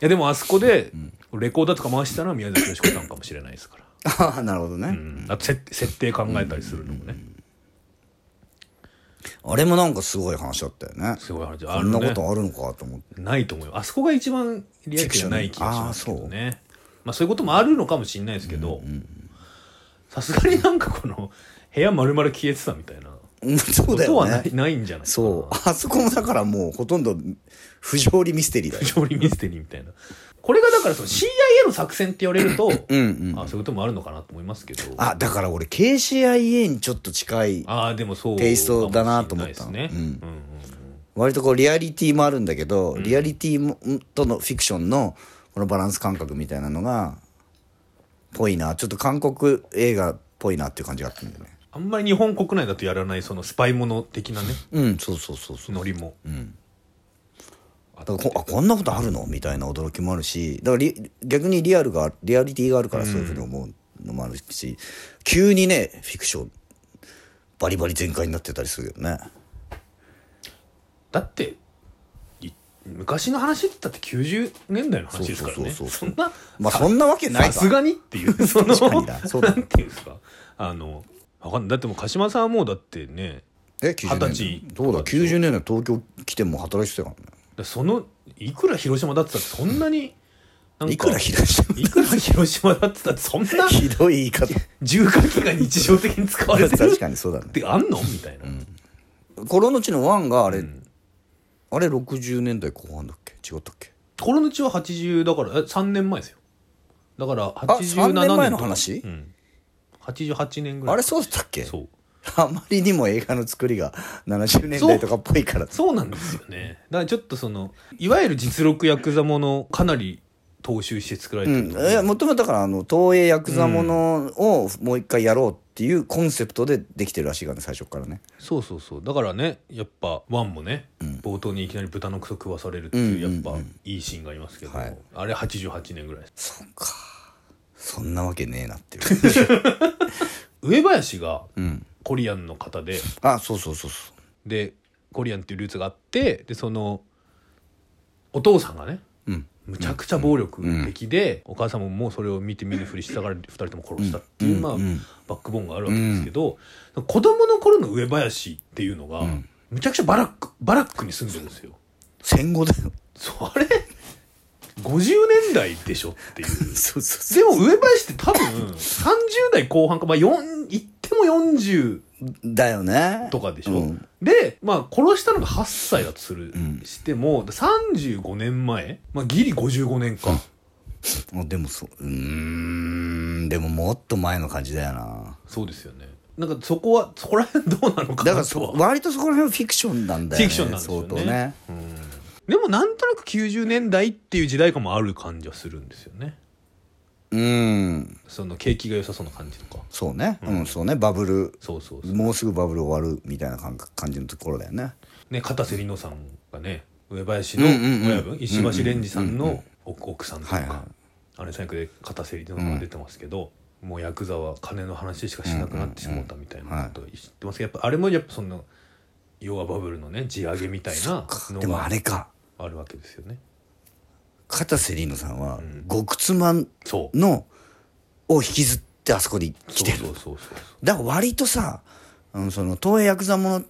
S2: やでもあそこで、レコーダーとか回してたのは宮崎美子さんかもしれないですから。
S1: ああなるほどね、
S2: うん、あと設、設定考えたりするのもね、
S1: あれもなんかすごい話だったよね
S2: すごい話。
S1: こ
S2: あ
S1: ん
S2: の
S1: な
S2: ね
S1: ことあるのかと思って
S2: ないと思うよ。あそこが一番リアリティがない気がしますけど
S1: フィクシ
S2: ね。まあそういうこともあるのかもしれないですけど、さすがになんかこの、部屋丸々消えてたみたいな
S1: うんそう
S2: こ
S1: だ
S2: と
S1: よ
S2: はな
S1: ね
S2: い,、ないんじゃないかな
S1: そうあそこもだからもうほとんど不条理ミステリーだよ
S2: 勝利ミステリーみたいな。これがだからその CIA の作戦って言われると、あそういうこともあるのかなと思いますけど。あ
S1: あだから俺 KCIA にちょっと近い
S2: あー、でもそう。
S1: テイストだなと思ったの
S2: ね。うん
S1: う
S2: うんん
S1: 割とこうリアリティもあるんだけど、リアリティもんとのフィクションのこのバランス感覚みたいなのがぽいなちょっと韓国映画っぽいなっていう感じがあったんだよね
S2: あんまり日本国内だとやらないそのスパイもの的なね、
S1: うんそうそうそうそう
S2: ノリも。
S1: だからこあこんなことあるのみたいな驚きもあるしだからリ逆にリアルがリアリティがあるからそういうふうに思うのもあるし、急にねフィクションバリバリ全開になってたりするけどね
S2: だって、い昔の話って言ったって90年代の話ですからね。
S1: そうそうそ
S2: そ
S1: そう
S2: う
S1: ん
S2: な、
S1: まあそんなわけないか
S2: さすがにっていう、そ の、
S1: 確かになそうだ
S2: な
S1: ね
S2: んていうんですか。あの、わかんない。だってもう鹿島さんはもうだってね、
S1: え90年
S2: 二十歳
S1: そうだ90年代東京来ても働いてたからね
S2: だからそのいくら広島だってたってそんなになんか
S1: いくら広 島
S2: いくら広島だってたってそん な
S1: ひどい言い方
S2: 重火器が日常的に使われてる
S1: 確
S2: っ
S1: かにそうだね
S2: てあんのみたいな、
S1: 心の地のワンがあれ、あれ60年代後半だっけ違ったっけ
S2: 心の血は80だからえ3年前ですよだから87年
S1: 3年前の
S2: とか
S1: 話
S2: うん、88年ぐらい
S1: あれそうだったっけ
S2: そう
S1: あまりにも映画の作りが70年代とかっぽいから
S2: そうなんですよねだからちょっとそのいわゆる実力ヤクザものをかなり踏襲して作られてると思う
S1: いやもともとだからあの東映ヤクザものをもう一回やろうっていうコンセプトでできてるらしいからね最初からね
S2: そうそうそうだからねやっぱワンもね、冒頭にいきなり豚のクソ食わされるっていう,、やっぱいいシーンがありますけど、
S1: はい
S2: あれ88年ぐらいです
S1: そんなわけねえなっていう
S2: 上林が
S1: うん
S2: コリアンの方で
S1: あそうそうそうそ
S2: でコリアンっていうルーツがあってでそのお父さんがね
S1: ううん
S2: むちゃくちゃ暴力的で、お母さんももうそれを見て見ぬふりしたから2人とも殺したっていう、
S1: うん
S2: まあ
S1: うん
S2: バックボーンがあるわけですけど、子供の頃の上林っていうのが、
S1: ん
S2: むちゃくちゃバラックバラックに住んでるんですよ。
S1: 戦後 だよ
S2: それ50年代でしょっていう。
S1: そうそうそう
S2: でも上林って多分30代後半か、まあ、4言っても40
S1: だよね
S2: とかでしょ、
S1: うん
S2: で、まあ、殺したのが8歳だとする、
S1: ん
S2: しても35年前、まあ、ギリ55年か、
S1: あでもそううーんでももっと前の感じだよな
S2: そうですよねなんかそこはそこら辺どうなのか
S1: だか
S2: な
S1: ら
S2: と
S1: そ
S2: は
S1: 割とそこら辺はフィクションなんだよね
S2: フィクションなんですよね
S1: 相当ね
S2: でもなんとなく90年代っていう時代感もある感じはするんですよね
S1: うん
S2: その景気が良さそうな感じとか
S1: そうねうん、そうねバブル
S2: そうそうそう
S1: もうすぐバブル終わるみたいな感覚感じのところだよね
S2: ね片瀬里乃さんがね上林の
S1: うんうんうん
S2: 親分石橋蓮司さんの奥奥さんと
S1: はいは
S2: か姉さん役で片瀬里乃さんが出てますけど、もうヤクザは金の話しかしなくなってしまったみたいなことを言ってますけどやっぱあれもやっぱその要はバブルのね地上げみたいな
S1: で
S2: の
S1: もあ
S2: が
S1: れか
S2: あるわけですよね。
S1: 片瀬里乃さんは
S2: ん
S1: 極妻
S2: そう
S1: のを引きずってあそこに来てる
S2: そうそうそうそう
S1: だから割とさ、うん、その東映ヤクザもの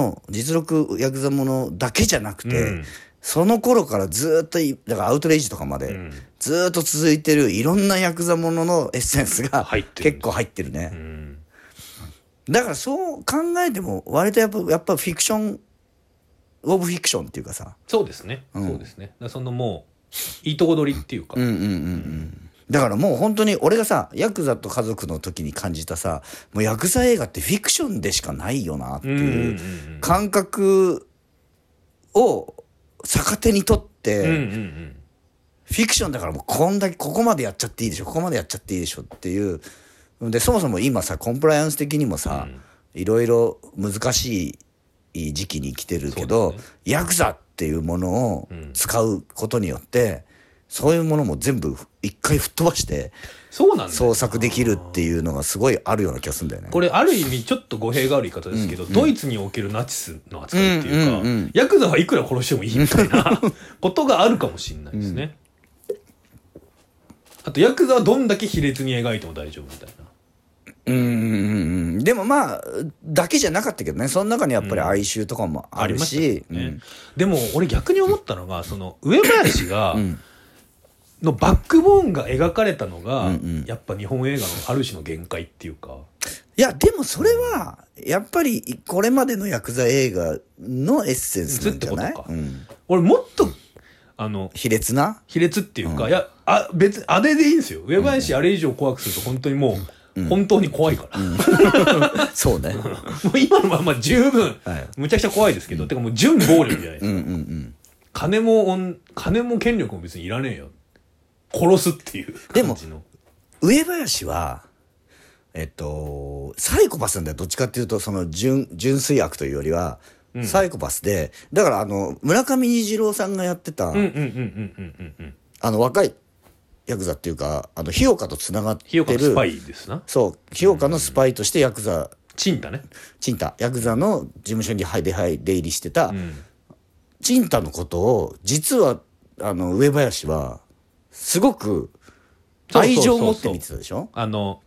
S1: の実力ヤクザものだけじゃなくて、
S2: うん
S1: その頃からずーっといだからアウトレイジとかまで、
S2: ん
S1: ずーっと続いてるいろんなヤクザもののエッセンスが
S2: 入ってる
S1: 結構入ってるね、
S2: うん
S1: だからそう考えても割とやっぱやっぱフィクションオブフィクションっていうかさ
S2: そうですね、
S1: うん
S2: そうですねだからそのもういいとこ取りっていうか、
S1: うんうんうんうんだからもう本当に俺がさヤクザと家族の時に感じたさもうヤクザ映画ってフィクションでしかないよなって
S2: うんうん
S1: いううん
S2: うん
S1: 感覚を逆手にとっ
S2: うん
S1: て、
S2: うんうん
S1: フィクションだからもうこんだけここまでやっちゃっていいでしょここまでやっちゃっていいでしょっていうでそもそも今さコンプライアンス的にもさ、いろいろ難しい時期に生きてるけど、
S2: そうです
S1: ヤクザっていうものを
S2: うん
S1: 使うことによって、そういうものも全部一回吹っ飛ばして
S2: そうなんだよ
S1: 創作できるっていうのがすごいあるような気がするんだよね。
S2: これある意味ちょっと語弊がある言い方ですけど、ドイツにおけるナチスの扱いっていうか、
S1: うんうんうん
S2: ヤクザはいくら殺してもいいみたいなことがあるかもしれないですね、あとヤクザはどんだけ卑劣に描いても大丈夫みたいな
S1: うんうんうんうんでもまあだけじゃなかったけどねその中にやっぱり哀愁とかもあるし、
S2: ありましたけどねでも俺逆に思ったのがその上林が、のバックボーンが描かれたのが、
S1: うんうん
S2: やっぱ日本映画のある種の限界っていうか
S1: いやでもそれはやっぱりこれまでのヤクザ映画のエッセンスなんじゃない
S2: ずっ、てこと
S1: う
S2: か
S1: ん、
S2: 俺もっとあの
S1: 卑劣 な
S2: 卑劣っていうか、いやあ別にあれでいいんですよ上林あれ以上怖くすると本当にもう、本当に怖いから、も
S1: そうね
S2: う今のまま十分、
S1: はい
S2: むちゃくちゃ怖いですけど、てかもう純暴力じゃないです
S1: う
S2: か、
S1: んうんうん
S2: 金もおん金も権力も別にいらねえよ殺すっていう
S1: でも
S2: 感じの
S1: 上林は、えっと、サイコパスなんだよ。どっちかっていうと、その純、純粋悪というよりは、サイコパスで、だからあの、村上虹郎さんがやってた、
S2: うんうんうんうんうんうんうん
S1: あの、若いヤクザっていうか、あの、日岡とつながってる。
S2: ひよかのスパイですな
S1: そう、日岡のスパイとしてヤクザ、
S2: チンタね、
S1: チンタ、ヤクザの事務所に入り入り出入りしてた、
S2: うん、
S1: チンタのことを、実は、あの、上林は、すごく、愛情を持って見てたでしょ
S2: あの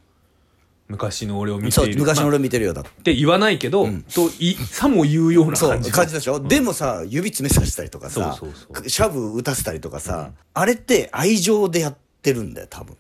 S2: 昔の俺を見て
S1: そ、
S2: いうる
S1: 昔の
S2: まあ
S1: 俺見てるようだった
S2: って言わないけど、といさも言うような
S1: そう
S2: 感じの
S1: 感じでしょ、でもさ指詰めさせたりとかさ
S2: そうそうそう
S1: シャブ打たせたりとかさ、あれって愛情でやってるんだよ多分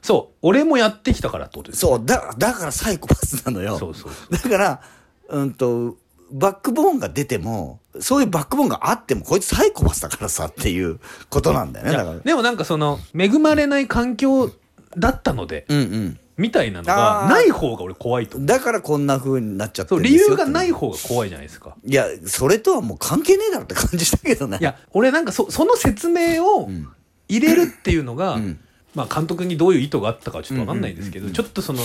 S2: そう俺もやってきたからってことです
S1: そうだだからサイコパスなのよ
S2: そうそうそう
S1: だからうんとバックボーンが出てもそういうバックボーンがあってもこいつサイコパスだからさっていうことなんだよね
S2: い
S1: だ
S2: や
S1: から
S2: でもなんかその恵まれない環境だったので、
S1: うん
S2: みたいなの
S1: あ
S2: が
S1: ー
S2: ない方が俺怖い
S1: う
S2: と思
S1: ん
S2: う
S1: だからこんな風になっちゃって
S2: そ
S1: る
S2: うん
S1: で
S2: 理
S1: すよ
S2: 由がない
S1: って
S2: 方が怖いじゃないですか
S1: いやそれとはもう関係ねえだろって感じしたけどね
S2: いや俺なんかそその説明を入れるっていうのが、
S1: ん
S2: まあ監督にどういう意図があったかはちょっと分かんないですけど、ちょっとその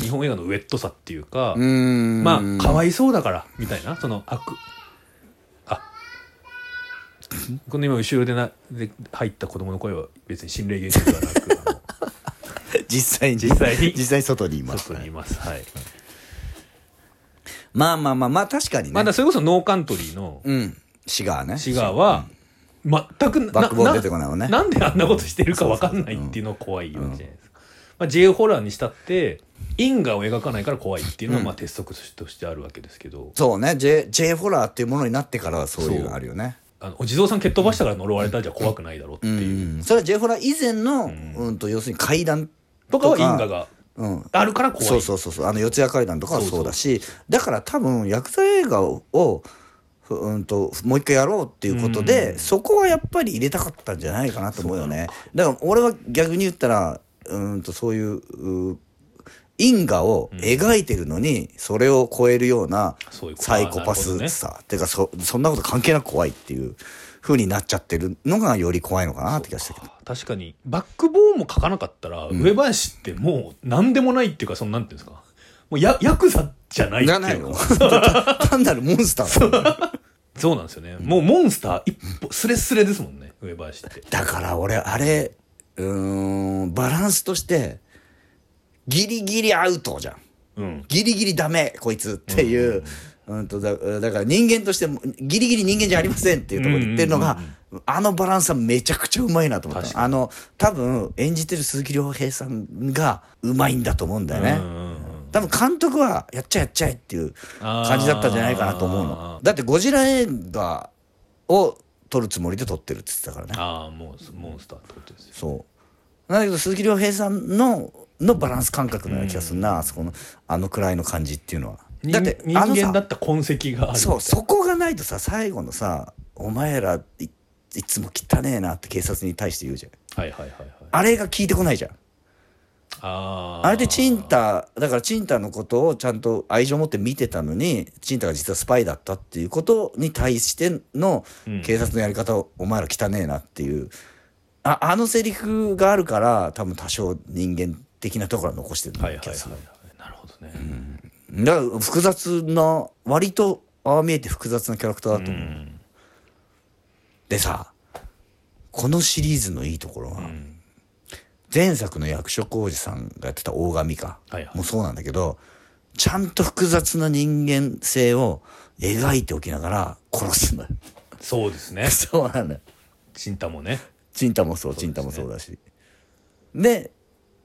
S2: 日本映画のウェットさっていうか、
S1: うーん
S2: まあかわいそうだからみたいなその悪あこの今後ろでなで入った子供の声は別に心霊現象ではなくあの
S1: 実際に
S2: 実際に
S1: 実際に外にい ます
S2: 外にいますはい
S1: まあまあまあまあ確かにね、
S2: まあだからそれこそノーカントリーの
S1: うんシガーね
S2: シガーは全くな
S1: バックボーン出てこないもんね
S2: なんであんなことしてるか分かんないっていうのは怖いわけじゃないですか、まあ、J ホラーにしたって因果を描かないから怖いっていうのはまあ鉄則としてあるわけですけど、
S1: そうね J, J ホラーっていうものになってからはそういうのあるよね
S2: あのお地蔵さん蹴っ飛ばしたから呪われたじゃ怖くないだろうって
S1: う
S2: いう、
S1: んそれは J ホラー以前の、うん、と要するに階段
S2: とかは因果が
S1: うん
S2: あるから怖い
S1: そうそうそうそうあの四谷怪談とかはそうだしだから多分ヤクザ映画をふうんともう一回やろうっていうことで、そこはやっぱり入れたかったんじゃないかなと思うよねだから俺は逆に言ったらうんとそういうう因果を描いてるのに、それを超えるような
S2: そういうこと
S1: サイコパ
S2: あなるほ
S1: ス
S2: どね
S1: さ、ていうかそそんなこと関係なく怖いっていう風になっちゃってるのがより怖いのかなって気がしたけど
S2: 確かにバックボーンも書かなかったら、上林ってもう何でもないっていうかそのなんていうんですかもうやヤクザじゃないっ
S1: じ
S2: てい
S1: ゃ
S2: う
S1: ないの 単なるモンスターだもんね
S2: そうなんですよね、もうモンスター一歩スレスレですもんね上林って
S1: だから俺あれうーんバランスとしてギリギリアウトじゃん
S2: うん
S1: ギリギリダメこいつっていう、うんとだだから人間としてもギリギリ人間じゃありませんっていうところに行ってるのが、あのバランスはめちゃくちゃうまいなと思った
S2: 確
S1: のあの多分演じてる鈴木亮平さんがうまいんだと思うんだよね。
S2: うんうんうん
S1: 多分監督はやっちゃえやっちゃえっていう感じだったんじゃないかなと思う
S2: あ
S1: のだってゴジラ映画を撮るつもりで撮ってるって言ってたからね
S2: ああもうモンスターってことですよ
S1: そうなんだけど鈴木亮平さんののバランス感覚のような気がするな、あそこのあのくらいの感じっていうのはだって
S2: 人人間だ
S1: あの
S2: った痕跡があ
S1: さ
S2: る
S1: そうそこがないとさ最後のさ「お前らいいつも汚ねえな」って警察に対して言うじゃん
S2: はいはいはいはい
S1: あれが聞いてこないじゃん
S2: あー
S1: あれでチンタだからチンタのことをちゃんと愛情を持って見てたのにチンタが実はスパイだったっていうことに対しての
S2: うん
S1: 警察のやり方を、お前ら汚ねえなっていうああのセリフがあるから多分多少人間的なところは残してる
S2: はいはい
S1: 気
S2: はい
S1: がする
S2: はいなるほどね、
S1: だから複雑な割とああ見えて複雑なキャラクターだと思う、でさこのシリーズのいいところは、前作の役所広司さんがやってた大神か、
S2: はいはい
S1: もそうなんだけどちゃんと複雑な人間性を描いておきながら殺すのよ
S2: そうですね
S1: そうなのよ
S2: チンタもね
S1: チンタもそうチンタもそうだしで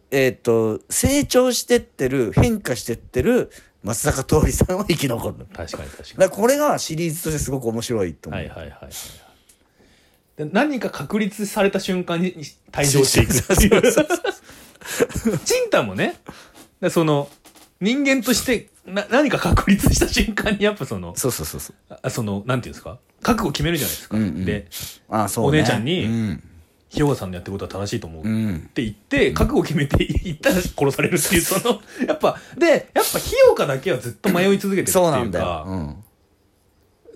S1: えーっと成長してってる変化してってる松坂桃李さんは生き残るの
S2: 確かに確か
S1: だからこれがシリーズとしてすごく面白いと
S2: に
S1: 思う、
S2: はいはいはいはいで何か確立された瞬間に退場していく
S1: そうそうそう
S2: チンタもねでその人間としてな何か確立した瞬間にやっぱその
S1: そうそうそうそう
S2: あそのなんていうんですか覚悟決めるじゃないですか、
S1: うんうん
S2: で
S1: あそう、ね、
S2: お姉ちゃんに
S1: うん
S2: ひよさんのやってることは正しいと思う、
S1: うん
S2: って言って、覚悟決めて いったら殺されるっていう、そ の、やっぱ、で、やっぱ、ひよかだけはずっと迷い続けてるって
S1: そうないん
S2: う
S1: だよ、う
S2: か、
S1: ん、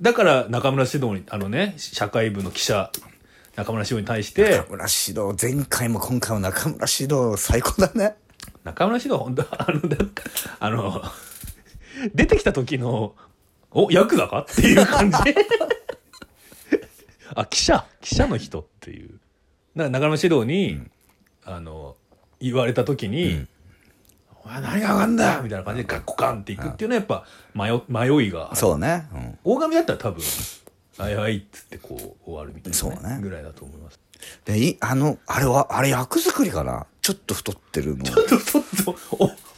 S2: だから中村獅童に、あのね、社会部の記者、中村獅童に 対して
S1: 中、村獅童前回も今回も中村獅童最高だね
S2: 中村獅童、本当あの、だってあの、出てきた時の、お、ヤクザかっていう感じ。 あ、記者、記者の人っていう。だから中村獅童に、あの、言われた時に、お前何がわかんだよみたいな感じでガッコカンっていくっていうのはやっぱ迷迷いがある。
S1: そうね、うん、
S2: 大神だったら多分、あいあいっつってこう終わるみたいな、
S1: そうね
S2: ぐらいだと思います。
S1: でいあのあれはあれ役作りかなちょっと太ってるの
S2: ちょっと、ちょっと、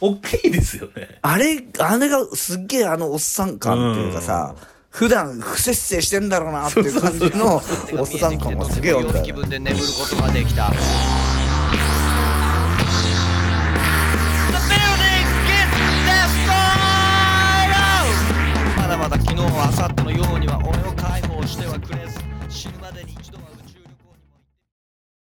S2: お、大きいですよね。
S1: あれあれがすっげえあのおっさん感っていうかさ、普段不節制してんだろうなっていう感じのおっさん感もすげえあ
S3: と
S1: って
S3: も
S1: たよ
S3: 良い気
S1: ね
S3: 分で眠ることができた The building gets destroyed! まだまだ昨日明後日のようには俺を解放してはくれず死ぬまでに一度は